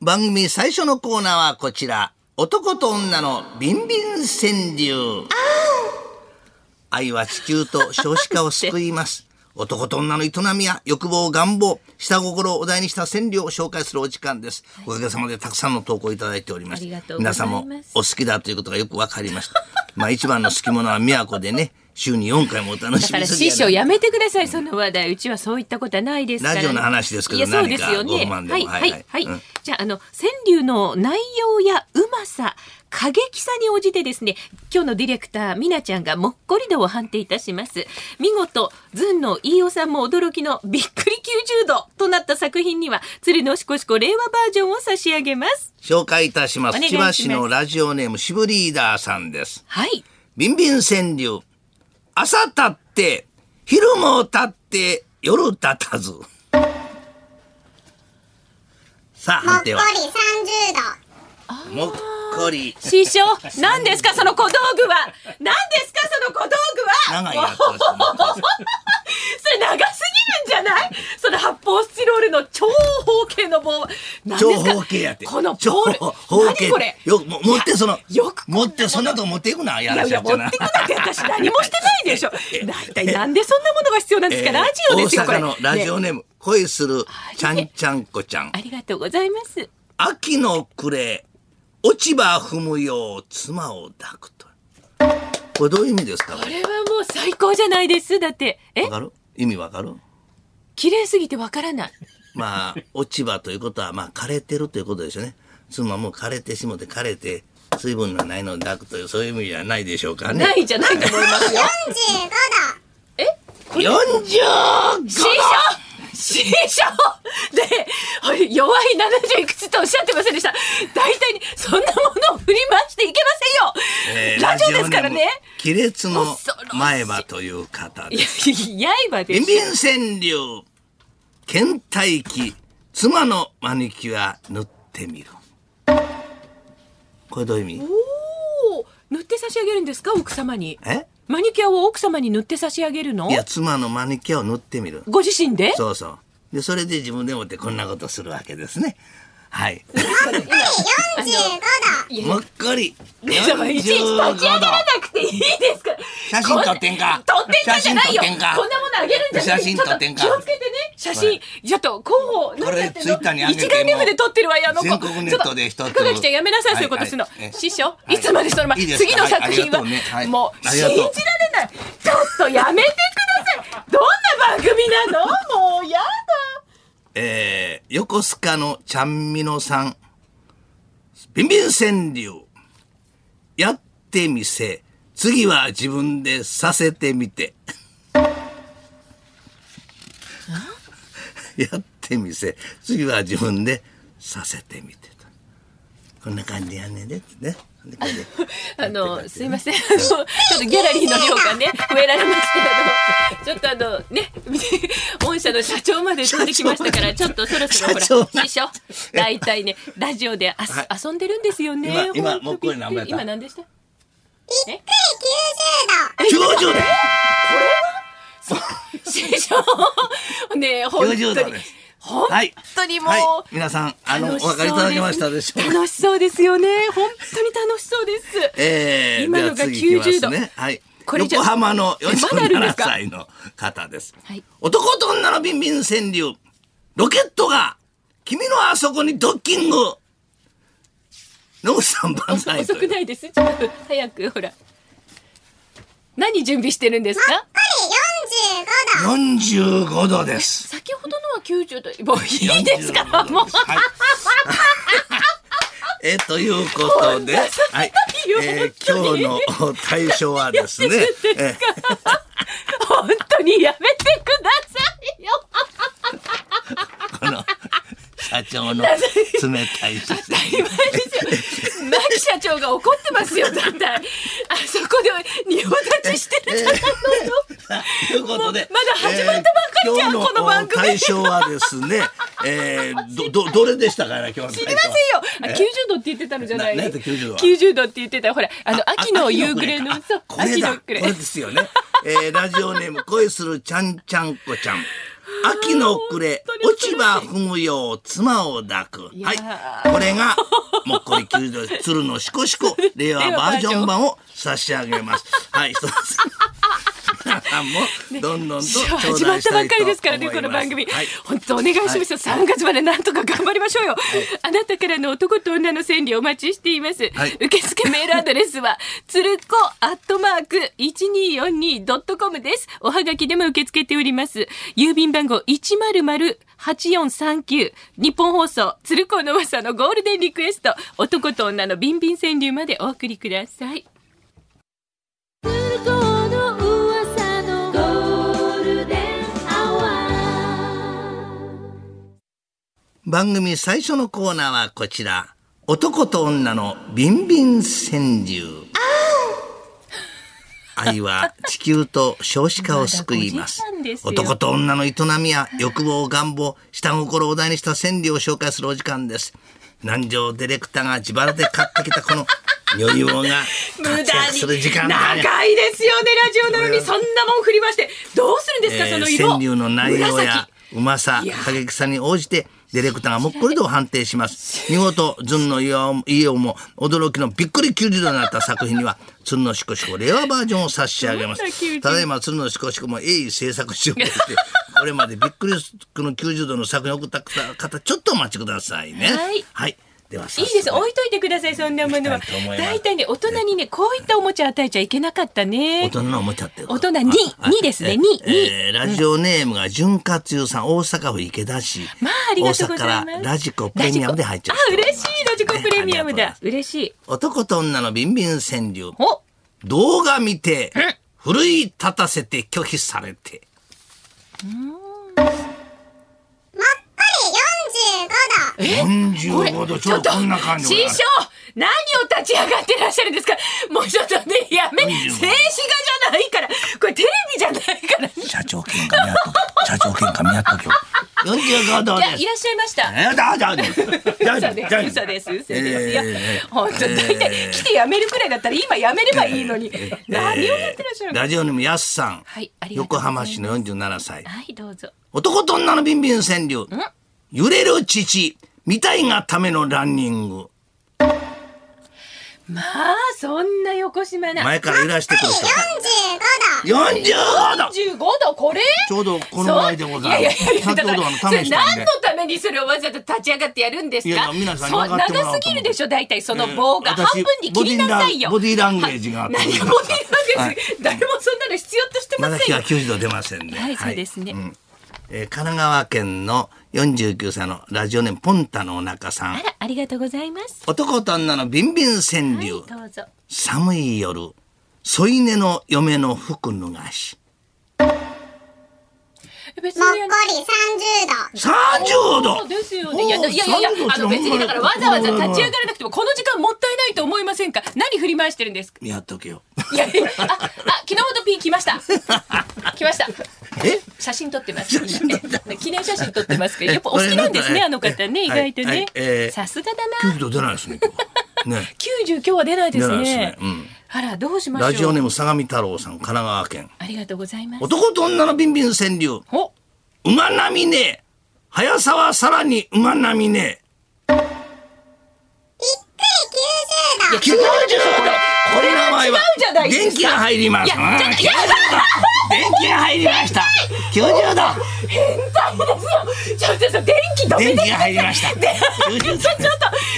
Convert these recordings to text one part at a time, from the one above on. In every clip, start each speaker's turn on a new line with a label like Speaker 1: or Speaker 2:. Speaker 1: 番組最初のコーナーはこちら。男と女のビンビン川柳。愛は地球と少子化を救 います。男と女の営みや欲望、願望、下心をお題にした川柳を紹介するお時間です。おかげさまでたくさんの投稿いただいておりま
Speaker 2: ありが
Speaker 1: す
Speaker 2: と。うござい
Speaker 1: 皆
Speaker 2: ます
Speaker 1: さんもお好きだということがよくわかりました。まあ一番の好き者は宮古 でね、週に4回もお楽
Speaker 2: だ
Speaker 1: し
Speaker 2: か
Speaker 1: み
Speaker 2: ら
Speaker 1: するじ
Speaker 2: 師
Speaker 1: ゃない
Speaker 2: 匠やめてくださいその話題うちはそういったことはないですから
Speaker 1: ラジオの話ですけど
Speaker 2: いやそうですよね
Speaker 1: 何かご不満でも
Speaker 2: はい
Speaker 1: は
Speaker 2: はいい
Speaker 1: は
Speaker 2: はいい、
Speaker 1: うん
Speaker 2: じゃああの川柳の内容やうまさ過激さに応じてですね今日のディレクターみなちゃんがもっこり度を判定いたします見事ずんの飯尾さんも驚きのびっくり90度となった作品には鶴のしこしこ令和バージョンを差し上げます
Speaker 1: 紹介いたします
Speaker 2: お願いし
Speaker 1: 千葉
Speaker 2: ます
Speaker 1: 市のラジオネームシブリーダーさんです
Speaker 2: はい
Speaker 1: ビンビン川柳朝立って昼も立って夜立たずさあ
Speaker 3: もっ
Speaker 1: 判
Speaker 3: こり
Speaker 1: 定
Speaker 3: 30
Speaker 1: は
Speaker 3: 度。
Speaker 1: もっこり
Speaker 2: 師匠何ですかその小道具は何ですかその小道具は
Speaker 1: 長いやつですね
Speaker 2: それ長すぎるんじゃないそれ発泡スチロールの長方形の棒何
Speaker 1: 長
Speaker 2: ですか
Speaker 1: 方形やって
Speaker 2: この
Speaker 1: 長
Speaker 2: ポール
Speaker 1: 方形
Speaker 2: 何これ
Speaker 1: よも持ってその
Speaker 2: いやよくこんな
Speaker 1: 持ってそんなとこ持っていくなや
Speaker 2: いや
Speaker 1: ら
Speaker 2: い
Speaker 1: しや
Speaker 2: や
Speaker 1: っ
Speaker 2: 持
Speaker 1: ちゃ
Speaker 2: っ
Speaker 1: な
Speaker 2: てこなきゃ私何もしてないでし ょ大体なんでそんなものが必要なんですか、ラジオですよ
Speaker 1: えー
Speaker 2: これ
Speaker 1: 大阪のラジオ
Speaker 2: ね
Speaker 1: ネーム、恋するちゃ
Speaker 2: あいい
Speaker 1: ん
Speaker 2: ね
Speaker 1: ちゃんこちゃん
Speaker 2: ありがとうございます
Speaker 1: 秋の暮れ落ち葉踏むよう妻を抱くとこれどういう意味ですかこ
Speaker 2: こ
Speaker 1: れ
Speaker 2: れはもう最高じゃないですだってえ
Speaker 1: わかる意味わかる
Speaker 2: 綺麗すぎてわからない
Speaker 1: まあ落ち葉ということはまあ枯れてるということですよね妻も枯れてしもて枯れて水分がないのを抱くというそういう意味じゃないでしょうかね
Speaker 2: ないじゃないと思いますよ
Speaker 3: 45度。
Speaker 1: 45
Speaker 2: 師匠師匠で、はい弱い70いくつとおっしゃってませんでした。大体に、そんなものを振り回していけませんよ、
Speaker 1: えー
Speaker 2: ラジオですからね。
Speaker 1: ラジオネーム亀裂の
Speaker 2: 恐ろしい
Speaker 1: 前歯という方
Speaker 2: い
Speaker 1: です
Speaker 2: や、いや刃で
Speaker 1: ビン
Speaker 2: す
Speaker 1: ビン川柳倦怠期妻のマニキュア塗ってみるこれどういう意
Speaker 2: お
Speaker 1: 味
Speaker 2: ー塗って差し上げるんですか奥様に。
Speaker 1: え
Speaker 2: マニキュアを奥様に塗って差し上げるの
Speaker 1: いや妻のマニキュアを塗ってみる
Speaker 2: ご自身 で
Speaker 1: そうそうでそれで自分でもってこんなことするわけですねはい
Speaker 3: 45度。
Speaker 2: いや
Speaker 1: もっこり
Speaker 2: ねでもいちいち立ち上がらなくていいですから。
Speaker 1: 写真撮ってんか
Speaker 2: こな撮ってんかじゃないよ。
Speaker 1: 写
Speaker 2: こ
Speaker 1: 真撮
Speaker 2: ん
Speaker 1: ってん
Speaker 2: な
Speaker 1: か
Speaker 2: ものあげるんじゃない
Speaker 1: 写真撮ってんか
Speaker 2: ちょと気をつけてね。写真、ちょっと候補、
Speaker 1: これ
Speaker 2: なんだって
Speaker 1: ツイッターに上げて
Speaker 2: 一眼レフで撮ってるわよ、あの子。
Speaker 1: 全国ネットで一つ
Speaker 2: ちょっと深垣ちゃんやめなさい、そういうことするの
Speaker 1: はいはいえ。
Speaker 2: 師匠、
Speaker 1: い
Speaker 2: いつまでその前
Speaker 1: いいですか
Speaker 2: 次の作品は
Speaker 1: はいありがとうねはい、
Speaker 2: もう、
Speaker 1: あり
Speaker 2: 信じ
Speaker 1: が
Speaker 2: ら
Speaker 1: とう
Speaker 2: れない。ちょっとやめてください。どんな番組なのもう、やだ。
Speaker 1: えー、横須賀のちゃんみのさん。ビンビン川柳。やってみせ。次は自分でさせてみて。やってみせ。次は自分でさせてみてと。こんな感じやねんでってね。でこ れで
Speaker 2: あの、すいません。あの、ちょっとギャラリーの量がね、 増えられますけれども、ちょっとあの、ね、 御社の社長まで飛んできました から、ちょっとそろそろ
Speaker 1: 社長
Speaker 2: ほら、師匠、大体ね、ラジオであす、
Speaker 1: はい
Speaker 2: 遊んでるんですよね。
Speaker 1: 今
Speaker 2: ほ
Speaker 1: 今
Speaker 2: んと
Speaker 1: もうこれ何倍だ
Speaker 2: 今何でした
Speaker 3: 90
Speaker 1: 90で
Speaker 2: 師匠 ねえ、ほんとに
Speaker 1: 90度です。
Speaker 2: 本
Speaker 1: はい。
Speaker 2: 当にもう、
Speaker 1: はい。皆さん、あの、お
Speaker 2: 楽しそう
Speaker 1: 分かりいただけましたでしょうか
Speaker 2: 楽しそうですよね。本当に楽しそうです。
Speaker 1: えー、
Speaker 2: 今の
Speaker 1: で
Speaker 2: が
Speaker 1: は次いきます
Speaker 2: 90度
Speaker 1: ね。はい。
Speaker 2: これじゃ
Speaker 1: 横浜の
Speaker 2: まだあるんで
Speaker 1: 47
Speaker 2: すか
Speaker 1: 歳の方です。
Speaker 2: はい
Speaker 1: 男と女のビンビン川柳。ロケットが、君のあそこにドッキング。野口さん万歳と
Speaker 2: 遅く
Speaker 1: いう。
Speaker 2: ないです。ちょっと早く、ほら。何準備してるんですか
Speaker 3: 度。
Speaker 1: 45度です。
Speaker 2: 先ほどのは90度。もういいですから、
Speaker 1: 45
Speaker 2: もう。
Speaker 1: はい。 えー、ということで、はい。えー、今日のお対象はです ね、えー
Speaker 2: 本当にやめてくださいよ。
Speaker 1: この、社長の冷たい視線。
Speaker 2: 今ですよ。牧社長が怒ってますよ、だいたい。あそこで仁王立ちしてるじゃないのよ。
Speaker 1: ということで、
Speaker 2: まだ始まったばっかりじゃん
Speaker 1: えー
Speaker 2: この番組
Speaker 1: 今日対象はですね、えー、どどどれでしたかね今日の
Speaker 2: 知
Speaker 1: 知
Speaker 2: りませんよ。あ、九十度って言ってたのじゃない。
Speaker 1: ななんて90度は
Speaker 2: 90度って言ってた。ほら、あの秋の夕暮れの
Speaker 1: あ
Speaker 2: そう
Speaker 1: これ
Speaker 2: 秋
Speaker 1: だ
Speaker 2: の
Speaker 1: こ
Speaker 2: 暮
Speaker 1: れ
Speaker 2: れ。
Speaker 1: ですよね、えー、ラジオネーム恋するちゃんちゃんこちゃん秋の暮れ
Speaker 2: 本、当に
Speaker 1: 落ち葉踏むよう妻を抱く。
Speaker 2: いや
Speaker 1: はい
Speaker 2: ー。
Speaker 1: これが、もっこり急度鶴のしこ しこ、令和バージョン版を差し上げます。はい、そうです。 皆さんも、どんどんと頂戴したいと思い
Speaker 2: 始
Speaker 1: ます。
Speaker 2: まったばっかりですからね、この番組。
Speaker 1: はい。
Speaker 2: 本当お願いしますよ。3月までなんとか頑張りましょうよ。あなたからの男と女の千里お待ちしています。
Speaker 1: はい
Speaker 2: 受付メールアドレスは、 つるこアットマーク 1242.com です。おはがきでも受け付けております。郵便番号100 8439日本放送鶴子の噂のゴールデンリクエスト男と女のビンビン川柳までお送りください
Speaker 1: 番組最初のコーナーはこちら。男と女のビンビン川柳。愛は地球と少子化を救います
Speaker 2: まだ5時間です。よ
Speaker 1: 男と女の営みや欲望、願望、下心をお題にした川柳を紹介するお時間です。南條ディレクターが自腹で買ってきたこの余裕が
Speaker 2: 無駄に
Speaker 1: 活躍する時間だね。
Speaker 2: 長いですよねラジオなのにそんなもん振りましてどうするんですか、その
Speaker 1: えー
Speaker 2: 色
Speaker 1: 川柳の内容や
Speaker 2: 紫
Speaker 1: うまさ
Speaker 2: いやー
Speaker 1: 過激さに応じてディレクターがもっこり度を判定します見事ずんのいおいいおも驚きのびっくり90度になった作品には「鶴のしこしこ」令和バージョンを差し上げま
Speaker 2: どんな90
Speaker 1: すただいま鶴のしこしこも鋭意制作中でして これまでびっくりこの90度の作品を送った方ちょっとお待ちくださいね
Speaker 2: はい
Speaker 1: では早
Speaker 2: いい
Speaker 1: 速
Speaker 2: です置いといてくださいそんなものは
Speaker 1: 行きたいと思います
Speaker 2: 大体ね大人にねこういったおもちゃ与えちゃいけなかったね
Speaker 1: 大人のおもちゃってこと
Speaker 2: 大人に
Speaker 1: はい
Speaker 2: にですね
Speaker 1: え
Speaker 2: に
Speaker 1: えーラジオネームが潤滑油さん大阪府池田市
Speaker 2: まあありがとうございます
Speaker 1: 大阪からラジコプレミアムで入っちゃう
Speaker 2: あ嬉しいラジコプレミアム
Speaker 1: ねありがとうござい
Speaker 2: だ
Speaker 1: ます
Speaker 2: 嬉しい
Speaker 1: 男と女のビンビン川柳
Speaker 2: お
Speaker 1: 動画見て奮い立たせて拒否されて
Speaker 3: もっこり
Speaker 1: 45度ちょっとこんな感じ
Speaker 2: 師匠何を立ち上がってらっしゃるんですかもうちょっとねやめ
Speaker 1: 45
Speaker 2: 静止画じゃないからこれテレビじゃないから
Speaker 1: 社長見か見合っとけ社長見か見合っとけよ45度
Speaker 2: いや
Speaker 1: で
Speaker 2: い
Speaker 1: す
Speaker 2: らっしゃいました
Speaker 1: えーだだだ
Speaker 2: 嘘
Speaker 1: だ
Speaker 2: で
Speaker 1: だ
Speaker 2: す嘘です嘘
Speaker 1: え
Speaker 2: ですいや
Speaker 1: ー
Speaker 2: 本当大体来てやめるくらいだったら今やめればいいのに何をやってらっしゃるの
Speaker 1: ラジオネームやすさん、
Speaker 2: はいありがとうご
Speaker 1: 横
Speaker 2: ざいま
Speaker 1: 浜
Speaker 2: す
Speaker 1: 市の47歳
Speaker 2: はいどうぞ
Speaker 1: 男と女のビンビン川柳揺れる父見たいがためのランニング
Speaker 2: まあそんな横島な
Speaker 1: 前から揺らしてくる人
Speaker 3: 45
Speaker 1: 45
Speaker 3: 度
Speaker 1: 度
Speaker 2: 15度これ
Speaker 1: ちょうどこの前でございま
Speaker 2: そ
Speaker 1: す
Speaker 2: うややや
Speaker 1: 先ほどあの
Speaker 2: だから
Speaker 1: 試
Speaker 2: そ
Speaker 1: したんで
Speaker 2: れ何のためにそれをわざと立ち上がってやるんですか
Speaker 1: いやいや皆さんに分かってもらおう
Speaker 2: そう
Speaker 1: と思
Speaker 2: 長
Speaker 1: って
Speaker 2: すぎるでしょ大体その棒が
Speaker 1: えー
Speaker 2: 半分に切りなさいよ
Speaker 1: 私ボディーランボディーランゲージがあっ
Speaker 2: 何
Speaker 1: た
Speaker 2: がボディーランゲージ誰もそんなの必要として
Speaker 1: ま
Speaker 2: ませ
Speaker 1: だ日
Speaker 2: んよ
Speaker 1: は90度出ませんね
Speaker 2: はいそうですね
Speaker 1: んえー神奈川県の49歳のラジオネームポンタのお中さ
Speaker 2: あ
Speaker 1: ん
Speaker 2: らありがとうございます
Speaker 1: 男と女のビンビン川
Speaker 2: はいど
Speaker 1: 柳、
Speaker 2: うぞ
Speaker 1: 寒い夜添い寝の嫁の服脱がし
Speaker 2: 別
Speaker 3: もっこ
Speaker 2: にあの
Speaker 3: り30
Speaker 1: 30
Speaker 3: 度
Speaker 1: 度
Speaker 2: そうですよね。いやいやいやいや
Speaker 1: おー
Speaker 2: あの別にだからわざわざ立ち上がらなくてもこの時間もったいないと思いませんか。何振り回してるんですか。
Speaker 1: 見張っとけよ。
Speaker 2: いやいやああ木の元ピン来ました。来ました。
Speaker 1: え
Speaker 2: 写真撮ってます。記念写真撮ってますけどやっぱお好きなんですね
Speaker 1: え
Speaker 2: あの方ね意
Speaker 1: はい
Speaker 2: 外と
Speaker 1: はい
Speaker 2: ね
Speaker 1: え。ー
Speaker 2: さすがだな。
Speaker 1: ?90 度出ないですね、今日はね
Speaker 2: 90今日は出ないです
Speaker 1: 出ないですね
Speaker 2: ね
Speaker 1: うん。
Speaker 2: あらどうしま
Speaker 1: ラ
Speaker 2: し
Speaker 1: ジ
Speaker 2: ょ
Speaker 1: オネ
Speaker 2: う。
Speaker 1: ーム相模太郎さん、神奈川県。
Speaker 2: ありがとうございます。
Speaker 1: 男と女のビンビン川柳。
Speaker 2: お
Speaker 1: 馬並みね。速さはさらに馬並みね。
Speaker 3: びっくり90度
Speaker 1: 90度これ名前は
Speaker 2: 違うじゃないですか
Speaker 1: 電気が入ります。
Speaker 2: い
Speaker 1: うん
Speaker 2: や
Speaker 1: 90
Speaker 2: ちょ
Speaker 1: 度
Speaker 2: っといや
Speaker 1: 電気が入りました。90度
Speaker 2: 変態ですよ。ちょっとさ電気止め
Speaker 1: 電
Speaker 2: て
Speaker 1: 気が入りました。90度
Speaker 2: ちょっと、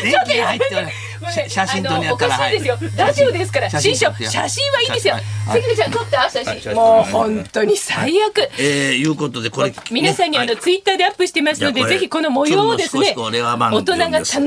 Speaker 1: 電
Speaker 2: ちょっと
Speaker 1: 気が
Speaker 2: や
Speaker 1: 入
Speaker 2: め
Speaker 1: ってております写写真撮る
Speaker 2: あ
Speaker 1: や
Speaker 2: の
Speaker 1: っ
Speaker 2: お
Speaker 1: たら
Speaker 2: かしいですよ。ラジオですから、
Speaker 1: 写真
Speaker 2: 新書、
Speaker 1: 撮ってや
Speaker 2: 写真はいいですよ
Speaker 1: はい。はい
Speaker 2: 関口さん撮った写
Speaker 1: はい写
Speaker 2: 真。
Speaker 1: 真
Speaker 2: もう本当に最悪。
Speaker 1: えー、いうことでこれ
Speaker 2: 皆さんにあ
Speaker 1: ね
Speaker 2: のツイッターでアップしてますの
Speaker 1: じゃ
Speaker 2: で、
Speaker 1: あこれ
Speaker 2: ぜひこの模様をです
Speaker 1: ちょ
Speaker 2: ね、
Speaker 1: っと少しこう令和版
Speaker 2: 大人が楽しく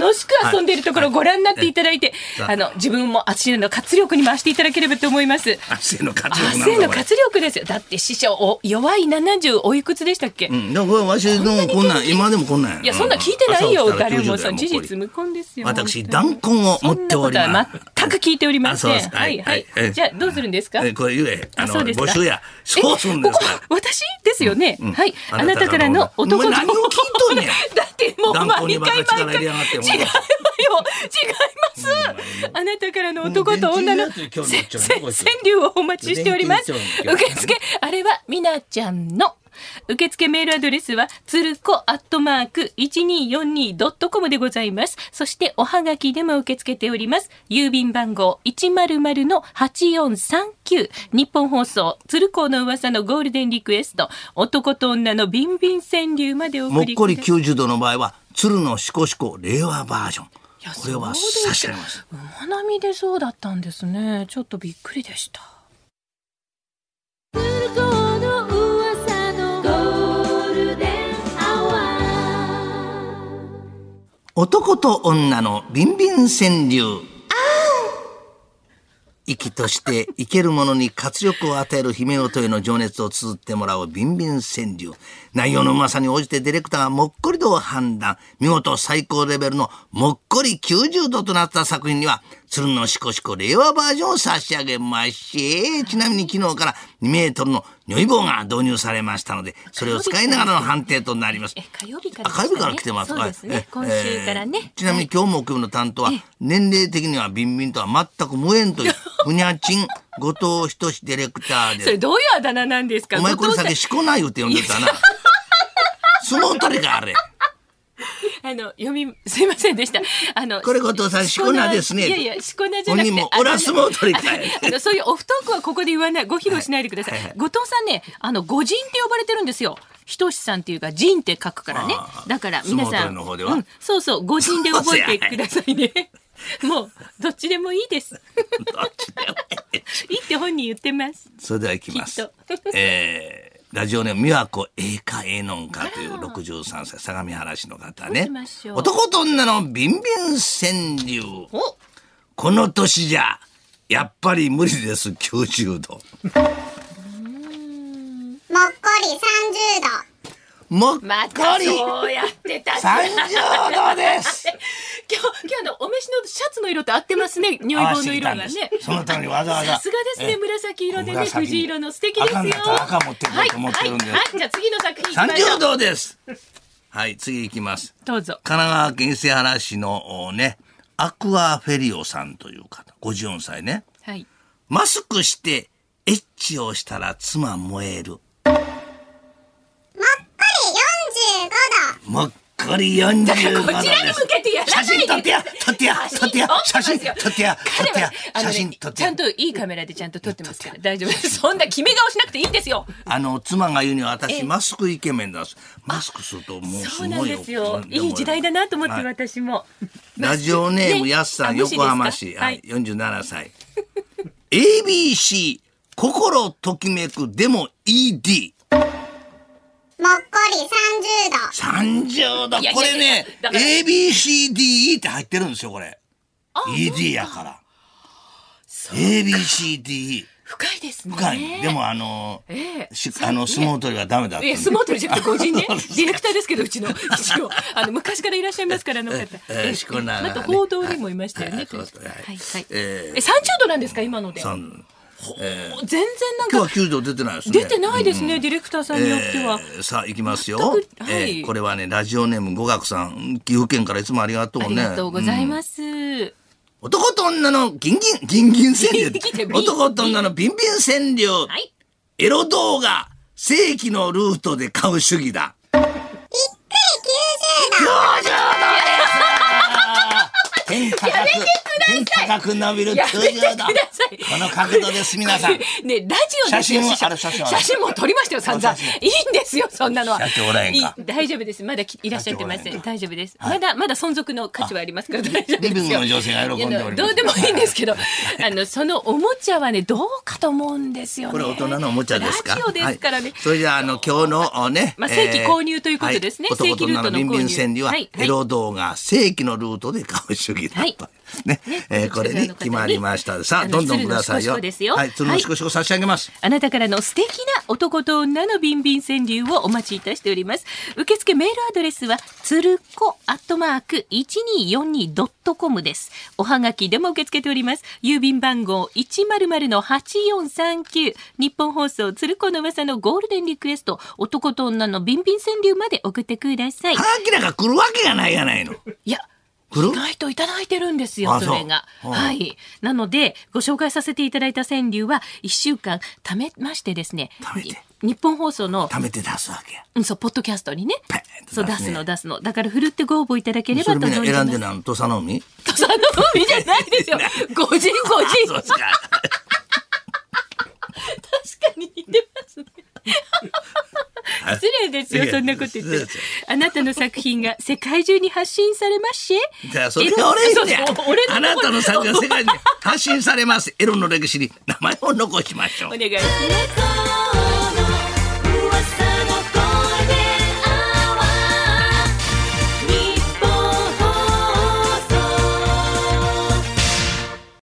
Speaker 2: 遊んでいるところをご覧になっていただいて、
Speaker 1: はい
Speaker 2: あの、自分も足の活力に回していただければと思います。
Speaker 1: 汗の活力なんだ
Speaker 2: 汗の
Speaker 1: これ
Speaker 2: 活力ですよ。だって師匠、お弱い70、おいくつでしたっけ
Speaker 1: うん、でもこれわしでもこんなん今でもこんなんや
Speaker 2: いや、そんな聞いてないよ、
Speaker 1: 朝起きたら
Speaker 2: 誰も。
Speaker 1: 90
Speaker 2: その
Speaker 1: だ
Speaker 2: 事
Speaker 1: よ
Speaker 2: 実無根ですよ。
Speaker 1: 私
Speaker 2: 本当に
Speaker 1: 弾痕を持っております
Speaker 2: そんなことは全く聞いておりません。
Speaker 1: あそうです
Speaker 2: は
Speaker 1: はいい
Speaker 2: はい
Speaker 1: は。い
Speaker 2: じゃあどうするんですか。
Speaker 1: えこれ言えあ
Speaker 2: あ
Speaker 1: の
Speaker 2: そうですか
Speaker 1: 募集や
Speaker 2: え
Speaker 1: そうすんです
Speaker 2: こ
Speaker 1: か
Speaker 2: こ私ですよね。
Speaker 1: うんうん
Speaker 2: はい。あ
Speaker 1: あ
Speaker 2: な
Speaker 1: な
Speaker 2: た
Speaker 1: た
Speaker 2: か
Speaker 1: からら
Speaker 2: の
Speaker 1: の
Speaker 2: 男
Speaker 1: お前何を聞いとんねん
Speaker 2: だってもう
Speaker 1: 断
Speaker 2: 毎
Speaker 1: 交
Speaker 2: 回
Speaker 1: にまた
Speaker 2: 毎回違
Speaker 1: 力入
Speaker 2: う
Speaker 1: れや
Speaker 2: よ
Speaker 1: がって
Speaker 2: 違います。あなたからの男と女の
Speaker 1: もう電池入れやつ興味持っちゃう
Speaker 2: せ
Speaker 1: ね
Speaker 2: せ川柳をお待ちしております。
Speaker 1: 電池入れちゃ
Speaker 2: 受
Speaker 1: うの
Speaker 2: 付あれはみなちゃんの受付メールアドレスは、つるこアットマーク 1242.com でございます。そして、おはがきでも受け付けております。郵便番号100-8439。日本放送、つるこの噂のゴールデンリクエスト。男と女のビンビン川柳までお
Speaker 1: もっ
Speaker 2: 送り
Speaker 1: こり
Speaker 2: ください
Speaker 1: 90度の場合は、鶴のシコシコ令和バージョン。
Speaker 2: いや
Speaker 1: これは
Speaker 2: そう
Speaker 1: 差
Speaker 2: で
Speaker 1: し
Speaker 2: す
Speaker 1: 上げます。
Speaker 2: 馬並みでそうだったんですねちょっとびっくりでした
Speaker 1: 男と女のビンビン川柳。生きとして生けるものに活力を与える姫音への情熱を綴ってもらうビンビン川柳。内容のうまさに応じてディレクターがもっこり度を判断。見事最高レベルのもっこり90度となった作品には、鶴のしこしこ令和バージョンを差し上げまし。ちなみに昨日から2メートルの如意棒が導入されましたので、それを使いながらの判定となります
Speaker 2: え。火曜日か
Speaker 1: あ
Speaker 2: らでしたね、
Speaker 1: 火曜日から来てます。
Speaker 2: そうです
Speaker 1: はい
Speaker 2: ね今週からね、
Speaker 1: えーちなみに今日木曜日の担当は
Speaker 2: ええ
Speaker 1: 年齢的にはビンビンとは全く無縁という ふにゃちん後藤仁志ディレクター
Speaker 2: それ
Speaker 1: で
Speaker 2: どういうあだ名なんですか
Speaker 1: お前これ
Speaker 2: 後藤
Speaker 1: 先しこないよって呼んで たな。相撲取りかあれ。
Speaker 2: さんあの読みすいませんでしたあの
Speaker 1: これ後藤さんしこなですね
Speaker 2: いやいやしこなじゃなくて
Speaker 1: 鬼も俺は
Speaker 2: あだ名
Speaker 1: 相撲取りかい
Speaker 2: あのそういうオフトークはここで言わないご披露しないでください、
Speaker 1: はいはい
Speaker 2: 後藤さんねあの五人って呼ばれてるんですよひとしさんっていうか人って書くからね
Speaker 1: ああ
Speaker 2: だから皆
Speaker 1: 相撲取
Speaker 2: さ
Speaker 1: り
Speaker 2: ん
Speaker 1: の方では
Speaker 2: うん、そうそう五人で覚えてくださいねもうどっちでもいいです
Speaker 1: どっちでもいい
Speaker 2: いいって本人言ってます
Speaker 1: それでは行きます
Speaker 2: きっ。
Speaker 1: えーラジオネーム、美和子栄華栄音家という63歳、相模原市の方
Speaker 2: どう
Speaker 1: ね
Speaker 2: しまし。ょう
Speaker 1: 男と女のビンビン川柳。
Speaker 2: お
Speaker 1: この年じゃ、やっぱり無理です、90度。
Speaker 3: もっこり30度
Speaker 1: もっこ
Speaker 2: また
Speaker 1: り
Speaker 2: そうやってた
Speaker 1: 30度です
Speaker 2: 今日今日のお召しのシャツの色と合ってますね。尿意棒の色がね。
Speaker 1: そのためにわざわざ。
Speaker 2: さすがですね、
Speaker 1: え
Speaker 2: 紫色でね、
Speaker 1: 紫
Speaker 2: 藤色の素敵ですよ。
Speaker 1: 赤になったら赤持ってこうと思ってるんで
Speaker 2: はい、はいはいじゃあ次の作品行きましょ
Speaker 1: 30
Speaker 2: う。
Speaker 1: 度です。はい、次行きます。
Speaker 2: どうぞ。
Speaker 1: 神奈川県伊勢原市のおね、アクアフェリオさんという方、54歳ね。
Speaker 2: はい。
Speaker 1: マスクしてエッチをしたら妻燃える。
Speaker 3: もっこり45度
Speaker 1: もっこり45度です。
Speaker 2: こちらに向けてやらない
Speaker 1: 写
Speaker 2: で
Speaker 1: 真撮ってや、撮ってや、撮ってや、写
Speaker 2: 撮
Speaker 1: 真
Speaker 2: ってますよ
Speaker 1: 撮ってや、撮って
Speaker 2: 彼
Speaker 1: や
Speaker 2: は、あの
Speaker 1: 写真
Speaker 2: ね
Speaker 1: 撮っ、て
Speaker 2: ちゃ
Speaker 1: や
Speaker 2: ん。といいカメラでちゃんと撮ってますから大丈夫です。そんな決め顔しなくていいんですよ。
Speaker 1: あの妻が言うには
Speaker 2: え
Speaker 1: 私
Speaker 2: え
Speaker 1: マスクイケメンなんです。マスクするともう
Speaker 2: そ
Speaker 1: すご
Speaker 2: う
Speaker 1: い
Speaker 2: なんですよ。いい時代だなと思って
Speaker 1: はい
Speaker 2: 私も。
Speaker 1: ラジオネーム
Speaker 2: ね
Speaker 1: やすさ
Speaker 2: あ
Speaker 1: ん
Speaker 2: 無視です
Speaker 1: 横
Speaker 2: か
Speaker 1: 浜市
Speaker 2: は
Speaker 1: はい
Speaker 2: い
Speaker 1: 47歳。ABC 心ときめくでも ED
Speaker 3: もっこり30度
Speaker 1: 30度
Speaker 2: いやいや
Speaker 1: これね
Speaker 2: だから
Speaker 1: ABCDE って入ってるんですよこれ
Speaker 2: あ
Speaker 1: ED やから ABCDE
Speaker 2: 深いですね。
Speaker 1: 深いでもあの
Speaker 2: ええ
Speaker 1: しあの相撲取りはダメだって
Speaker 2: いや、相撲取りじゃなくて、個 人ね。ディレクターですけど、うちの、一応、あの、昔からいらっしゃいますから、あの方。
Speaker 1: えええしこながらね
Speaker 2: あと、報道にもいましたよ
Speaker 1: は
Speaker 2: ね。
Speaker 1: いそうです
Speaker 2: は、
Speaker 1: はいい
Speaker 2: はい。
Speaker 1: え
Speaker 2: え、30度なんですか、今ので。
Speaker 1: さ
Speaker 2: 全
Speaker 1: んえー
Speaker 2: 然なん
Speaker 1: 今日は
Speaker 2: か、
Speaker 1: 9度出てないですね
Speaker 2: 出てないですね、ディレクターさんによっては。
Speaker 1: えーさあ行きますよ、
Speaker 2: 全くはい
Speaker 1: えーこれはねラジオネーム語学さん岐阜県からいつもありがとうね
Speaker 2: ありがとうござい
Speaker 1: す、
Speaker 2: ます。
Speaker 1: うん男と女のギンギンギンギン川柳
Speaker 2: ギンギンって
Speaker 1: 男と女のビンビン川柳、
Speaker 2: はい。
Speaker 1: エロ動画正規のルートで買う主義だ
Speaker 3: 190度
Speaker 1: 天高く天高く伸びる90
Speaker 2: やめてくださ
Speaker 1: 度
Speaker 2: い。
Speaker 1: この角度です皆さん
Speaker 2: これ ね、ラジオですよ
Speaker 1: 写真は
Speaker 2: 師匠
Speaker 1: あれ写真は
Speaker 2: 写真も撮りましたよ、散々
Speaker 1: あ写。
Speaker 2: いいんですよ、そんなのは。
Speaker 1: 社長おらへんか
Speaker 2: いい大丈夫です。まだきいらっしゃってませ
Speaker 1: 社
Speaker 2: ん。
Speaker 1: 長おらへんか
Speaker 2: 大丈夫です。まだ、まだ存続の価値はありますから、大丈夫ですよ。
Speaker 1: リビングの女性が喜んでおります
Speaker 2: いやどうでもいいんですけど、あの、そのおもちゃはね、どうかと思うんですよね。
Speaker 1: これ大人のおもちゃですか
Speaker 2: ラジオですからね
Speaker 1: はい。それじゃあ、あの、今日のね。
Speaker 2: まあ正規購入ということですね
Speaker 1: 男と女の
Speaker 2: 正規ルートの
Speaker 1: ビンビン戦には
Speaker 2: 購入はい、はい
Speaker 1: エロ動画、正規のルートで買う主義だ
Speaker 2: はい
Speaker 1: と。ね
Speaker 2: ね。
Speaker 1: えーこれに決まりまし
Speaker 2: あの
Speaker 1: た。さあ、どんどんくださいよ
Speaker 2: 鶴のシコシコです。よ
Speaker 1: はい、鶴のシコシコ差し上げます。
Speaker 2: あなたからの素敵な男と女のビンビン川柳をお待ちいたしております。受付メールアドレスは、つるこアットマーク 1242.com です。おはがきでも受け付けております。郵便番号100-8439。日本放送つるこの噂のゴールデンリクエスト、男と女のビンビン川柳まで送ってください。
Speaker 1: はがきなんか来るわけがないやないの。
Speaker 2: いや、
Speaker 1: 来る
Speaker 2: 意外といただいてるんです
Speaker 1: あ
Speaker 2: よ、
Speaker 1: そう
Speaker 2: それが。
Speaker 1: うん
Speaker 2: はい。なので、ご紹介させていただいた川柳は、1週間貯めましてですね
Speaker 1: 貯め、て
Speaker 2: に日本放送の、
Speaker 1: 貯めて出すわけや。
Speaker 2: うんそう、ポッドキャストにね
Speaker 1: ペンって、出す
Speaker 2: そ
Speaker 1: ね
Speaker 2: う、出すの出すの。だから、ふるってご応募いただけれ
Speaker 1: そ
Speaker 2: ば
Speaker 1: れ
Speaker 2: と
Speaker 1: み
Speaker 2: 存じ
Speaker 1: んな
Speaker 2: ます。
Speaker 1: 選んでなの土佐の海
Speaker 2: 土佐の海じゃないです よ。ご人ご人。
Speaker 1: そうで
Speaker 2: 確
Speaker 1: す か。
Speaker 2: かに似てます ね。失礼ですよ、
Speaker 1: いや
Speaker 2: そんなこと言っ
Speaker 1: 失礼
Speaker 2: て
Speaker 1: です。
Speaker 2: あなたの作品が世界中に発信されますし、
Speaker 1: じゃあそれが俺じゃ
Speaker 2: そうそう俺の
Speaker 1: あなたの作品が世界に発信されます。エロの歴史に名前を残しましょう
Speaker 2: お。願いします。